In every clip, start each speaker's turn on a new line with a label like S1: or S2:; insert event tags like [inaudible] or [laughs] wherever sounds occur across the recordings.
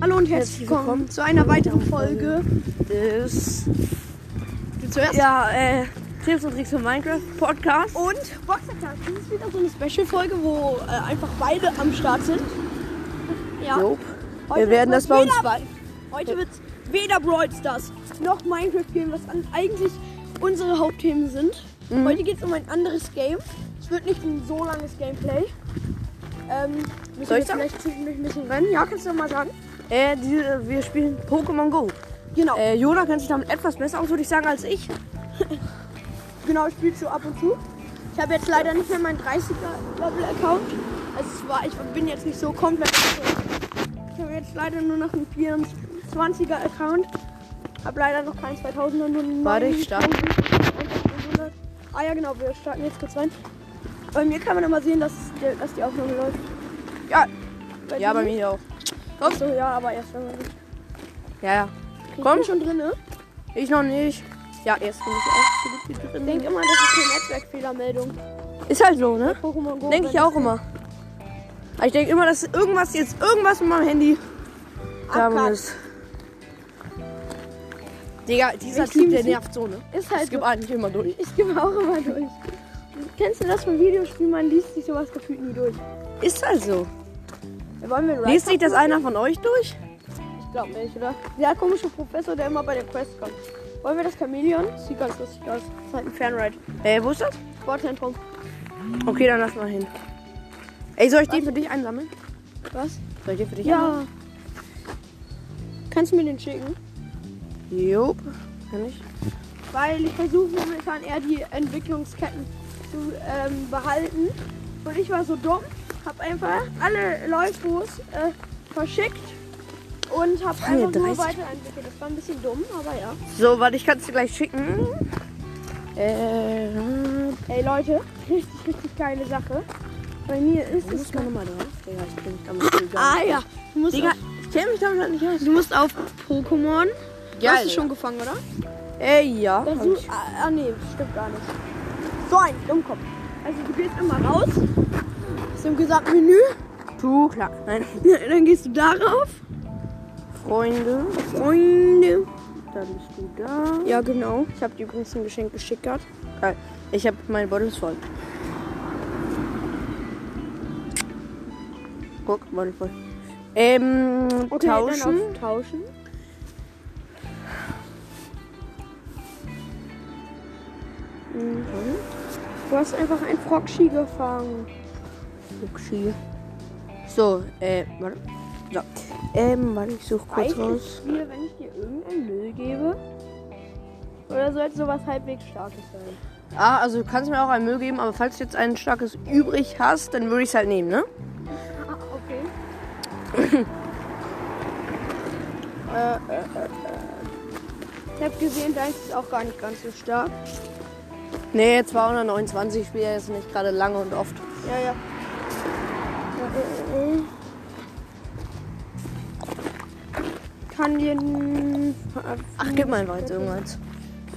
S1: Hallo und herzlich willkommen zu einer weiteren Folge
S2: des
S1: zuerst
S2: ja, äh, Tipps und Tricks für Minecraft Podcast.
S1: und Boxercast. Das ist wieder so eine Special-Folge, wo äh, einfach beide am Start sind. Ja.
S2: Nope.
S1: Heute
S2: Wir werden
S1: wird
S2: das bei uns
S1: weder- Heute wird weder Brawl Stars noch Minecraft Game, was an- eigentlich unsere Hauptthemen sind. Heute geht es um ein anderes Game. Es wird nicht ein so langes Gameplay. Ähm, müssen
S2: Soll
S1: wir
S2: ich sagen?
S1: vielleicht zwischendurch ein bisschen rennen? Ja, kannst du mal sagen?
S2: Äh, diese, wir spielen Pokémon Go.
S1: Genau,
S2: Äh, Jona kennt sich damit etwas besser aus, würde ich sagen, als ich.
S1: genau, spielst du ab und zu. Ich habe jetzt leider nicht mehr meinen 30er-Level-Account. Also es war, ich bin jetzt nicht so komplett. Ich habe jetzt leider nur noch einen 24er-Account. Habe leider noch keinen 2000er, nur einen
S2: Warte, ich
S1: 9000,
S2: starte.
S1: 1100. Ah ja, genau, wir starten jetzt kurz rein. Bei mir kann man immer sehen, dass, der, dass die Aufnahme läuft.
S2: Ja, ja,
S1: dir
S2: bei
S1: nicht?
S2: mir auch.
S1: Ach so, ja, aber erst wenn man nicht.
S2: Ja, ja.
S1: Ich
S2: Komm.
S1: bin schon drin, ne?
S2: Ich noch nicht. Ja, jetzt bin ich auch so gut wie
S1: Ich
S2: drin.
S1: denke immer, das ist eine Netzwerkfehlermeldung.
S2: Ist halt so, ne?
S1: Pokémon Go.
S2: Denke ich auch immer. Aber ich denke immer, dass irgendwas jetzt irgendwas mit meinem Handy
S1: Abkackt.
S2: damit ist. Digga, dieser
S1: Ich
S2: Typ,
S1: liebe
S2: der
S1: sie.
S2: nervt so, ne?
S1: Ist halt
S2: Es gibt
S1: so.
S2: eigentlich immer durch.
S1: Ich gebe auch immer durch. Kennst du das von Videospielen? Man liest sich sowas gefühlt nie durch.
S2: Ist halt so.
S1: Wollen wir einen
S2: Liest sich
S1: Ride
S2: das
S1: machen?
S2: einer von euch durch?
S1: Ich glaube nicht, oder? Der komische Professor, der immer bei der Quest kommt. Wollen wir das Chamäleon? Sieht ganz lustig aus. Das ist halt ein Fanride.
S2: Äh, wo ist das?
S1: Sportzentrum.
S2: Okay, dann lass mal hin. Ey, soll ich den für dich einsammeln?
S1: Was?
S2: Soll ich den für dich
S1: Ja. Kannst du mir den schicken?
S2: einsammeln? Jupp. Kann ich?
S1: Weil ich versuche momentan eher die Entwicklungsketten zu ähm, behalten. Und ich war so dumm, hab einfach alle Leufos äh, verschickt und hab
S2: Freie
S1: einfach nur
S2: 30.
S1: weiterentwickelt. Das war ein bisschen dumm, aber ja.
S2: So, warte, ich kann es dir gleich schicken. Äh, wo
S1: Ey Leute, richtig, richtig geile Sache. Bei mir ist es.
S2: ist meine Nummer drauf? Digga, ich bin damit gegangen.
S1: Ah ja, du musst,
S2: Digga,
S1: auf,
S2: ich kenne mich damit halt nicht aus.
S1: du musst auf Pokémon.
S2: Geil,
S1: Hast du schon gefangen, oder?
S2: Ey, ja.
S1: Das
S2: hab
S1: du,
S2: ich.
S1: ah, ah nee, stimmt gar nicht. So ein Dummkopf. Also du gehst immer raus aus dem gesamten Menü, [laughs]
S2: Du, klar. Nein,
S1: dann gehst du darauf.
S2: Freunde,
S1: Freunde.
S2: da bist du da.
S1: Ja, genau. Ich habe dir übrigens ein Geschenk geschickt gehabt.
S2: Geil. Ich habe meine Beutel ist voll. Guck, Beutel voll. Ähm, tauschen.
S1: Dann auf tauschen.
S2: Mhm.
S1: Du hast einfach einen Frogski gefangen.
S2: Fuchsi. So, äh, warte. So. Ähm, warte, ich suche kurz
S1: Reicht es
S2: raus.
S1: dir, wenn ich dir irgendeinen Müll gebe? Oder sollte sowas halbwegs starkes sein?
S2: Ah, also du kannst mir auch ein Müll geben, aber falls du jetzt ein starkes übrig hast, dann würde ich es halt nehmen, ne?
S1: Ah, okay. [coughs] Äh, Ich habe gesehen, deins ist auch gar nicht ganz so stark.
S2: Nee, 229 spielt ja jetzt nicht gerade lange und oft.
S1: Ja, ja. Äh, äh, äh. Kann dir n- äh,
S2: Ach, gib mal einfach jetzt irgendwas.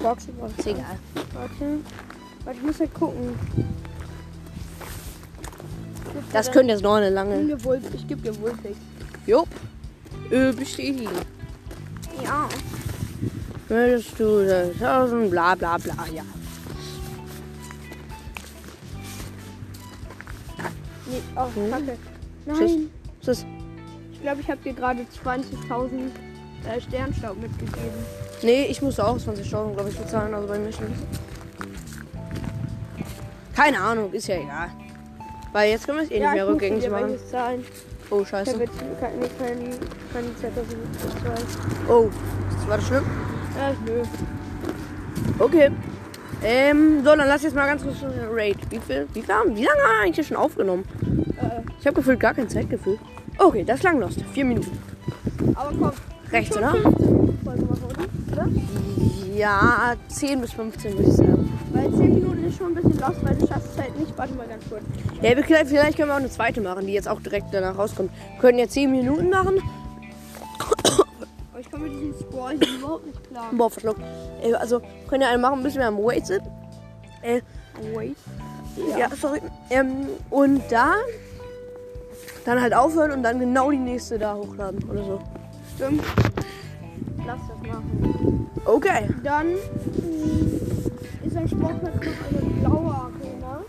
S1: Boxen was.
S2: Ist egal.
S1: Warte. Warte, ich muss halt gucken. Ich geb dir
S2: Das
S1: dann-
S2: könnte jetzt noch eine
S1: Ich
S2: lange.
S1: geb dir Wul- Ich gebe dir Wulpix.
S2: Jupp. Äh, bestätigen.
S1: Ja.
S2: Möchtest du das 1000, bla bla bla, ja.
S1: Nee, oh,
S2: Hm?
S1: kacke. Nein.
S2: Tschüss. Ist das?
S1: Ich glaube, ich habe dir gerade 20.000 äh, Sternstaub mitgegeben.
S2: Nee, ich musste auch 20 Euro, glaube ich, bezahlen, also bei mir schon. Keine Ahnung, ist ja egal. Weil jetzt können wir es eh nicht mehr
S1: ich musste
S2: rückgängig
S1: dir
S2: machen.
S1: welches zahlen.
S2: Oh,
S1: Ich habe
S2: scheiße.
S1: jetzt keinen kein, kein 2002.
S2: Oh, das war das schlimm?
S1: Ja, ist blöd.
S2: Okay. Ähm, so, dann lass jetzt mal ganz kurz so eine Raid. Wie viel, wie viel haben, wie lange haben wir eigentlich schon aufgenommen?
S1: Äh,
S2: Ich habe gefühlt gar kein Zeitgefühl. Okay, das ist lang lost. Vier Minuten.
S1: aber komm.
S2: Rechts,
S1: schon
S2: oder?
S1: 15 Minuten Folge machen, oder? Oder?
S2: Ja, 10 bis 15 würde ich sagen.
S1: Weil 10 Minuten ist schon ein bisschen los, weil du schaffst es halt nicht. Warte mal ganz kurz.
S2: Ja, wir können, vielleicht können wir auch eine zweite machen, die jetzt auch direkt danach rauskommt. Wir können jetzt 10 Minuten machen.
S1: Aber ich komme mit diesem Scroll hier überhaupt nicht klar.
S2: Boah, verschluckt. Äh, Also, können wir eine machen, ein bisschen mehr am Wait sind. Äh,
S1: Wait.
S2: ja. sorry. Ähm, und da dann halt aufhören und dann genau die nächste da hochladen oder so.
S1: Stimmt. Lass das machen.
S2: Okay.
S1: Dann mh, ist am Sportplatz noch eine blaue Arena.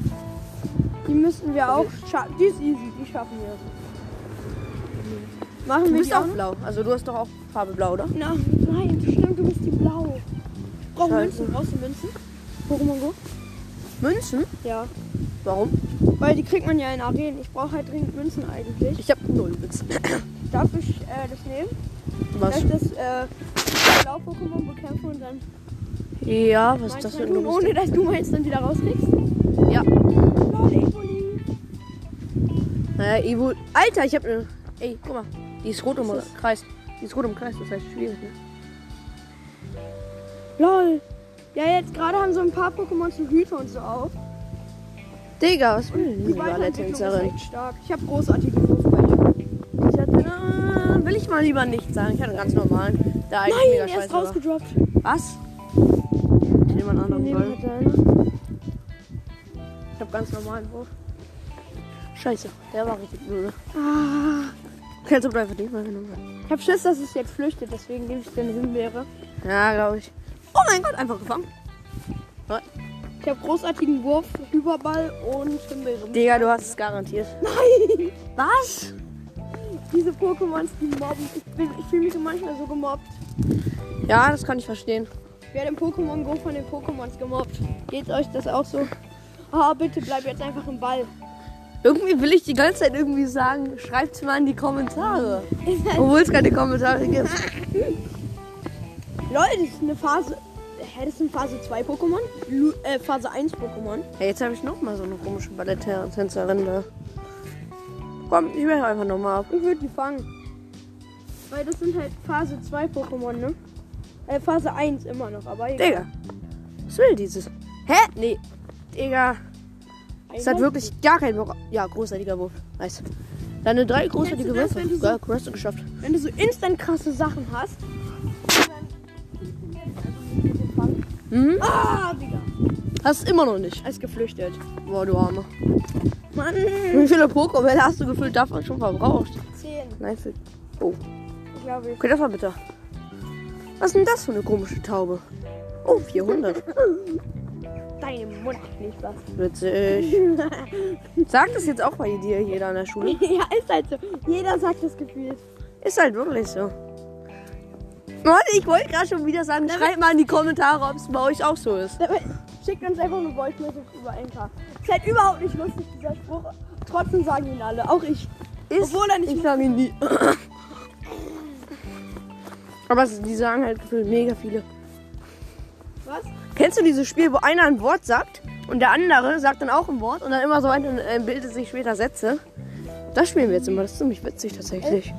S1: Die müssten wir auch schaffen. Die ist easy, die schaffen wir. Machen
S2: Du
S1: wir
S2: bist
S1: die
S2: auch
S1: noch?
S2: blau. Also du hast doch auch Farbe blau, oder?
S1: Na, nein, stimmt, du bist die blaue. Brauch
S2: Scheiße.
S1: Münzen, brauchst du Münzen? Pokémon Go?
S2: Münzen?
S1: Ja.
S2: Warum?
S1: Weil die kriegt man ja in Arenen. Ich brauche halt dringend Münzen eigentlich.
S2: Ich hab null
S1: [laughs]
S2: Münzen.
S1: Darf ich äh, das nehmen?
S2: Was?
S1: Darf ich das äh, Blau-Pokémon bekämpfen und dann
S2: Ja, was ist
S1: meins
S2: das für ein
S1: tun,
S2: dummes
S1: ohne dass du meins dann wieder rauskriegst?
S2: Ding? Ja.
S1: Lol, Evoli.
S2: Naja, Evo. Alter, ich hab ne. Ey, guck mal. Die ist rot umkreist. Die ist rot umkreist, das heißt schwierig, ne?
S1: Lol. Ja, jetzt gerade haben so ein paar Pokémon zu Hüte und so auf.
S2: Digga, was will
S1: Die
S2: die
S1: Weiterentwicklung ist
S2: Balletttänzerin?
S1: echt stark. Ich habe großartige Lust bei ihr.
S2: Ich hatte. Äh, will ich mal lieber nicht sagen. Ich hatte einen ganz normalen. Der eigentlich
S1: Nein,
S2: mega
S1: er ist
S2: scheiße war.
S1: rausgedroppt.
S2: Was? Ich nehme einen anderen Ball. Ich hab ganz normalen Wurf. Scheiße, der war richtig blöd.
S1: Ah,
S2: Kannst du bleiben verdient mal genommen.
S1: ich habe Schiss, dass es jetzt flüchtet, deswegen gebe ich dir eine Himbeere.
S2: Ja, glaube ich. Oh mein Gott, einfach gefangen.
S1: Ich habe großartigen Wurf, Überball und Himbeere.
S2: Digga, du hast es [laughs] garantiert.
S1: Nein!
S2: Was?
S1: Diese Pokémons, die mobben. Ich, bin- ich fühle mich so manchmal so gemobbt.
S2: Ja, das kann ich verstehen.
S1: Ich werde im Pokémon Go von den Pokémons gemobbt. Geht euch das auch so? Ah, bitte bleib jetzt einfach im Ball.
S2: Irgendwie will ich die ganze Zeit irgendwie sagen, schreibt's mal in die Kommentare.
S1: Ist halt-
S2: Obwohl es keine Kommentare [laughs] gibt.
S1: Leute, das ist eine Phase. Hä, das sind Phase 2 Pokémon? Lu- Äh, Phase 1 Pokémon.
S2: Hey, jetzt habe ich noch mal so eine komische Balletttänzerin da. Komm, ich mach einfach nochmal ab.
S1: Ich würde die fangen. Weil das sind halt Phase 2 Pokémon, ne? Äh, Phase 1 immer noch, aber egal.
S2: Digga, was will dieses? Hä? Nee. Digga, es hat
S1: Einmal-
S2: halt wirklich gar keinen Bock. Ja, großartiger Wurf. Nice. Deine drei großartige
S1: Kennst du das, wenn
S2: Würfe.
S1: du so-
S2: Geil, hast du geschafft.
S1: Wenn du so instant krasse Sachen hast. Dann
S2: Mhm.
S1: ah, Digga.
S2: Hast immer noch nicht.
S1: Er ist geflüchtet.
S2: Boah, du Arme.
S1: Mann.
S2: Wie viele Pokébälle hast du gefühlt davon schon verbraucht?
S1: 10,
S2: Nein, viel.
S1: glaube ich.
S2: Okay, das war bitter. Was ist denn das für eine komische Taube? Oh, 400.
S1: Deine Mund nicht was. [laughs]
S2: Witzig. Sagt das jetzt auch bei dir jeder an der Schule?
S1: ja, ist halt so. Jeder sagt das Gefühl.
S2: Ist halt wirklich so. Leute, ich wollte gerade schon wieder sagen, schreibt mal in die Kommentare, ob es bei euch auch so ist.
S1: Dabei Schickt uns einfach eine Voice-Message über Enka. Ist halt überhaupt nicht lustig, dieser Spruch. Trotzdem sagen ihn alle. Auch ich.
S2: Ist,
S1: Obwohl er nicht
S2: ich sage ihn nie. [coughs] Aber es- die sagen halt gefühlt mega viele.
S1: Was?
S2: Kennst du dieses Spiel, wo einer ein Wort sagt und der andere sagt dann auch ein Wort und dann immer so weiter und äh, bildet sich später Sätze? Das spielen wir jetzt immer. Das ist ziemlich witzig tatsächlich.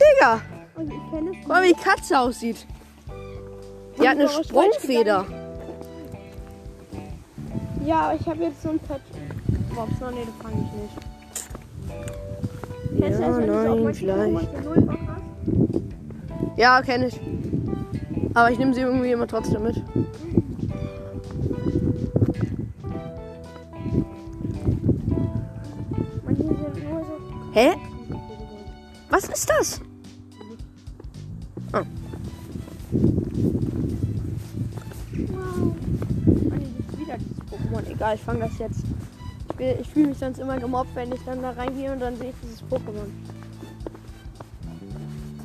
S2: Digga,
S1: Und ich kenne es.
S2: guck mal, wie die Katze aussieht. Die hat eine Sprungfeder.
S1: Ja, aber ich habe jetzt so ein Patchen. Wops, no, nee, das fange ich nicht. Kennst du das, wenn du so auf
S2: nein,
S1: manche
S2: vielleicht.
S1: Pokémon so null Bock hast?
S2: Ja, kenne ich. Aber ich nehme sie irgendwie immer trotzdem mit.
S1: Man, hier sind nur so ah,
S2: Hä? Was ist das?
S1: Mann, hier gibt's wieder dieses Pokémon. Egal, ich fange das jetzt. Ich, will- ich fühle mich sonst immer gemobbt, wenn ich dann da reingehe und dann sehe ich dieses Pokémon.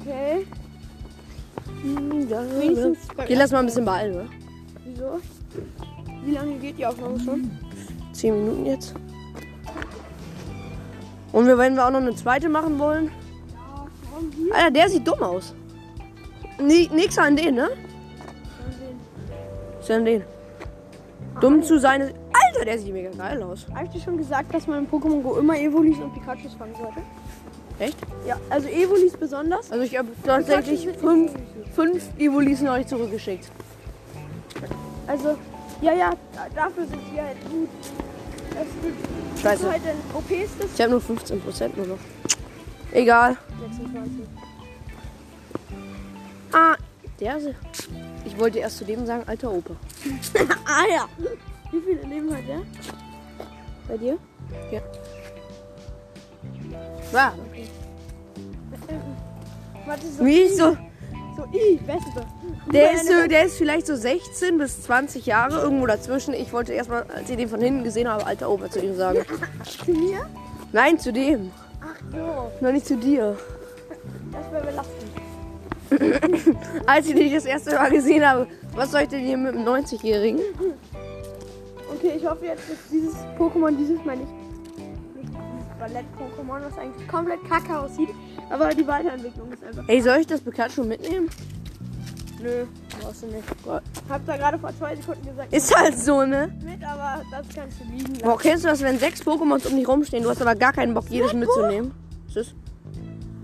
S1: Okay, wenigstens beim
S2: Okay, lass mal ein bisschen beeilen, ne? oder?
S1: ersten- Hm, Wieso? Wie lange geht die Aufnahme schon?
S2: Zehn Minuten jetzt. Und wir, wenn wir auch noch eine zweite machen wollen.
S1: Ja, komm, hier.
S2: Alter, der sieht dumm aus. Ni- Nix an den, ne? Ist an den. Dumm zu sein ist. Alter, der sieht mega geil aus.
S1: Habe ich dir schon gesagt, dass man im Pokémon Go immer Evolis und Pikachus fangen sollte?
S2: Echt?
S1: Ja, also Evolis besonders.
S2: Also ich habe tatsächlich fünf, fünf Evolis noch nicht zurückgeschickt.
S1: Also, ja, ja, da- dafür sind die halt gut. Das wird
S2: Scheiße.
S1: halt ein OPs das
S2: Ich habe nur 15% nur noch. Egal.
S1: 26.
S2: Ah, der ist. Ich wollte erst zu dem sagen, alter Opa.
S1: Ah ja. Wie viele Leben halt, hat der? Bei dir?
S2: Ja.
S1: Mann, Warte, so
S2: Wie ich so,
S1: So, i, beste.
S2: der, ist so, der ist vielleicht so 16 bis 20 Jahre, irgendwo dazwischen. Ich wollte erstmal, als ich den von hinten gesehen habe, alter Opa zu ihm sagen.
S1: Zu mir?
S2: Nein, zu dem.
S1: Ach so,
S2: Noch nicht zu dir.
S1: das wäre belastend.
S2: Als ich dich das erste Mal gesehen habe, was soll ich denn hier mit einem 90-Jährigen?
S1: Okay, ich hoffe jetzt, dass dieses Pokémon dieses Mal nicht. nicht dieses Ballett-Pokémon, was eigentlich komplett kacke aussieht. Aber die Weiterentwicklung ist einfach.
S2: Ey, soll ich das Pikachu mitnehmen?
S1: Nö.
S2: Brauchst du nicht.
S1: Hab da gerade vor zwei Sekunden gesagt,
S2: Ist halt so, ne?
S1: mit, aber das kannst du liegen lassen.
S2: Boah, kennst du das, wenn sechs Pokémons um dich rumstehen, du hast aber gar keinen Bock, jedes mitzunehmen? Ist das,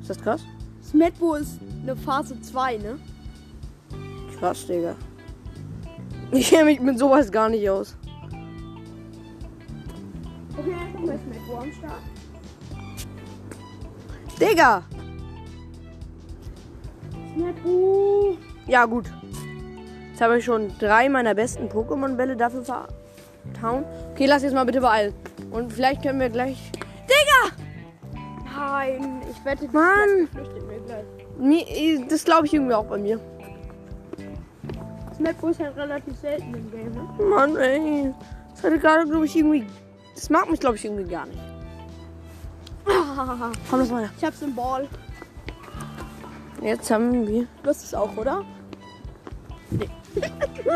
S2: ist das krass?
S1: Das Medbo Oh. ist eine Phase 2, ne?
S2: Krass, Digga. Ich kenne mich mit sowas gar nicht aus.
S1: Okay, dann gucken wir das Medbo am Start.
S2: Digga!
S1: Medbo.
S2: Ja, gut. Jetzt habe ich schon drei meiner besten Pokémon-Bälle dafür verhauen. Okay, lass jetzt mal bitte beeilen. Und vielleicht können wir gleich. Digga!
S1: Nein, ich wette, die
S2: Mann.
S1: flüchtet mir gleich.
S2: Mir- Das glaube ich irgendwie auch bei mir.
S1: Das Medbo ist halt relativ selten im Game, ne?
S2: Mann, ey. Das hatte gerade, glaube ich, irgendwie. Das mag mich, glaube ich, irgendwie gar nicht. Komm, lass mal her.
S1: [laughs] Ich hab's im Ball.
S2: Jetzt haben wir.
S1: Du hast es auch, oder?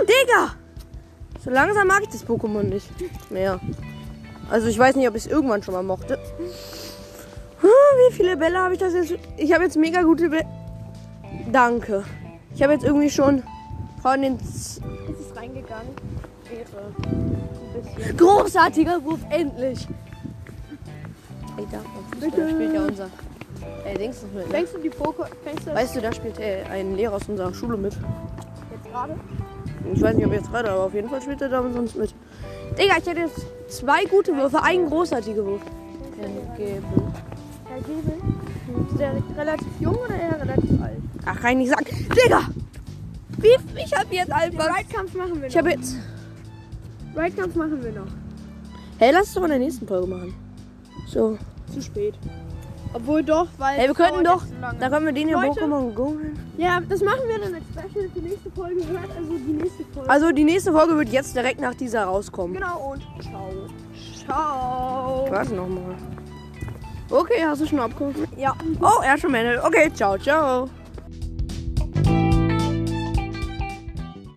S2: Digga! So langsam mag ich das Pokémon nicht mehr. Also ich weiß nicht, ob ich es irgendwann schon mal mochte. Hm, Wie viele Bälle habe ich das jetzt? Ich habe jetzt mega gute Bälle. Danke. Ich habe jetzt irgendwie schon von den...
S1: Ist
S2: Z
S1: es reingegangen? Ehre.
S2: Großartiger Wurf, endlich! Ey, da, da spielt ja unser... Ey, denkst du mit? Ne?
S1: Fängst du die Poké... Fängst du das
S2: Weißt du, da spielt äh, ein Lehrer aus unserer Schule mit.
S1: jetzt gerade?
S2: Ich weiß nicht, ob jetzt gerade, aber auf jeden Fall spielt er da mit uns mit. Digga, ich hatte jetzt zwei gute Würfe, einen großartigen Wurf. Geben.
S1: Herr Gebel? Ist der relativ jung oder eher relativ alt?
S2: Ach, kann ich nicht sagen. Digga! Wie, ich hab jetzt
S1: Den
S2: einfach...
S1: Reitkampf machen wir
S2: Ich
S1: noch.
S2: hab jetzt...
S1: Reitkampf machen wir noch.
S2: Hey, lass es doch in der nächsten Folge machen. So.
S1: Zu spät. Obwohl doch, weil...
S2: Hey, wir
S1: es dauert
S2: könnten doch...
S1: jetzt zu lange.
S2: Da können wir den hier
S1: Leute.
S2: Pokémon Go holen.
S1: Ja, das machen wir dann als Special für die nächste Folge. Hört also die nächste Folge.
S2: Also, die nächste Folge wird jetzt direkt nach dieser rauskommen.
S1: genau und ciao. Ciao.
S2: Warte nochmal. Okay, hast du schon abgeguckt?
S1: Ja.
S2: Oh, er hat schon beendet. Okay, ciao, ciao.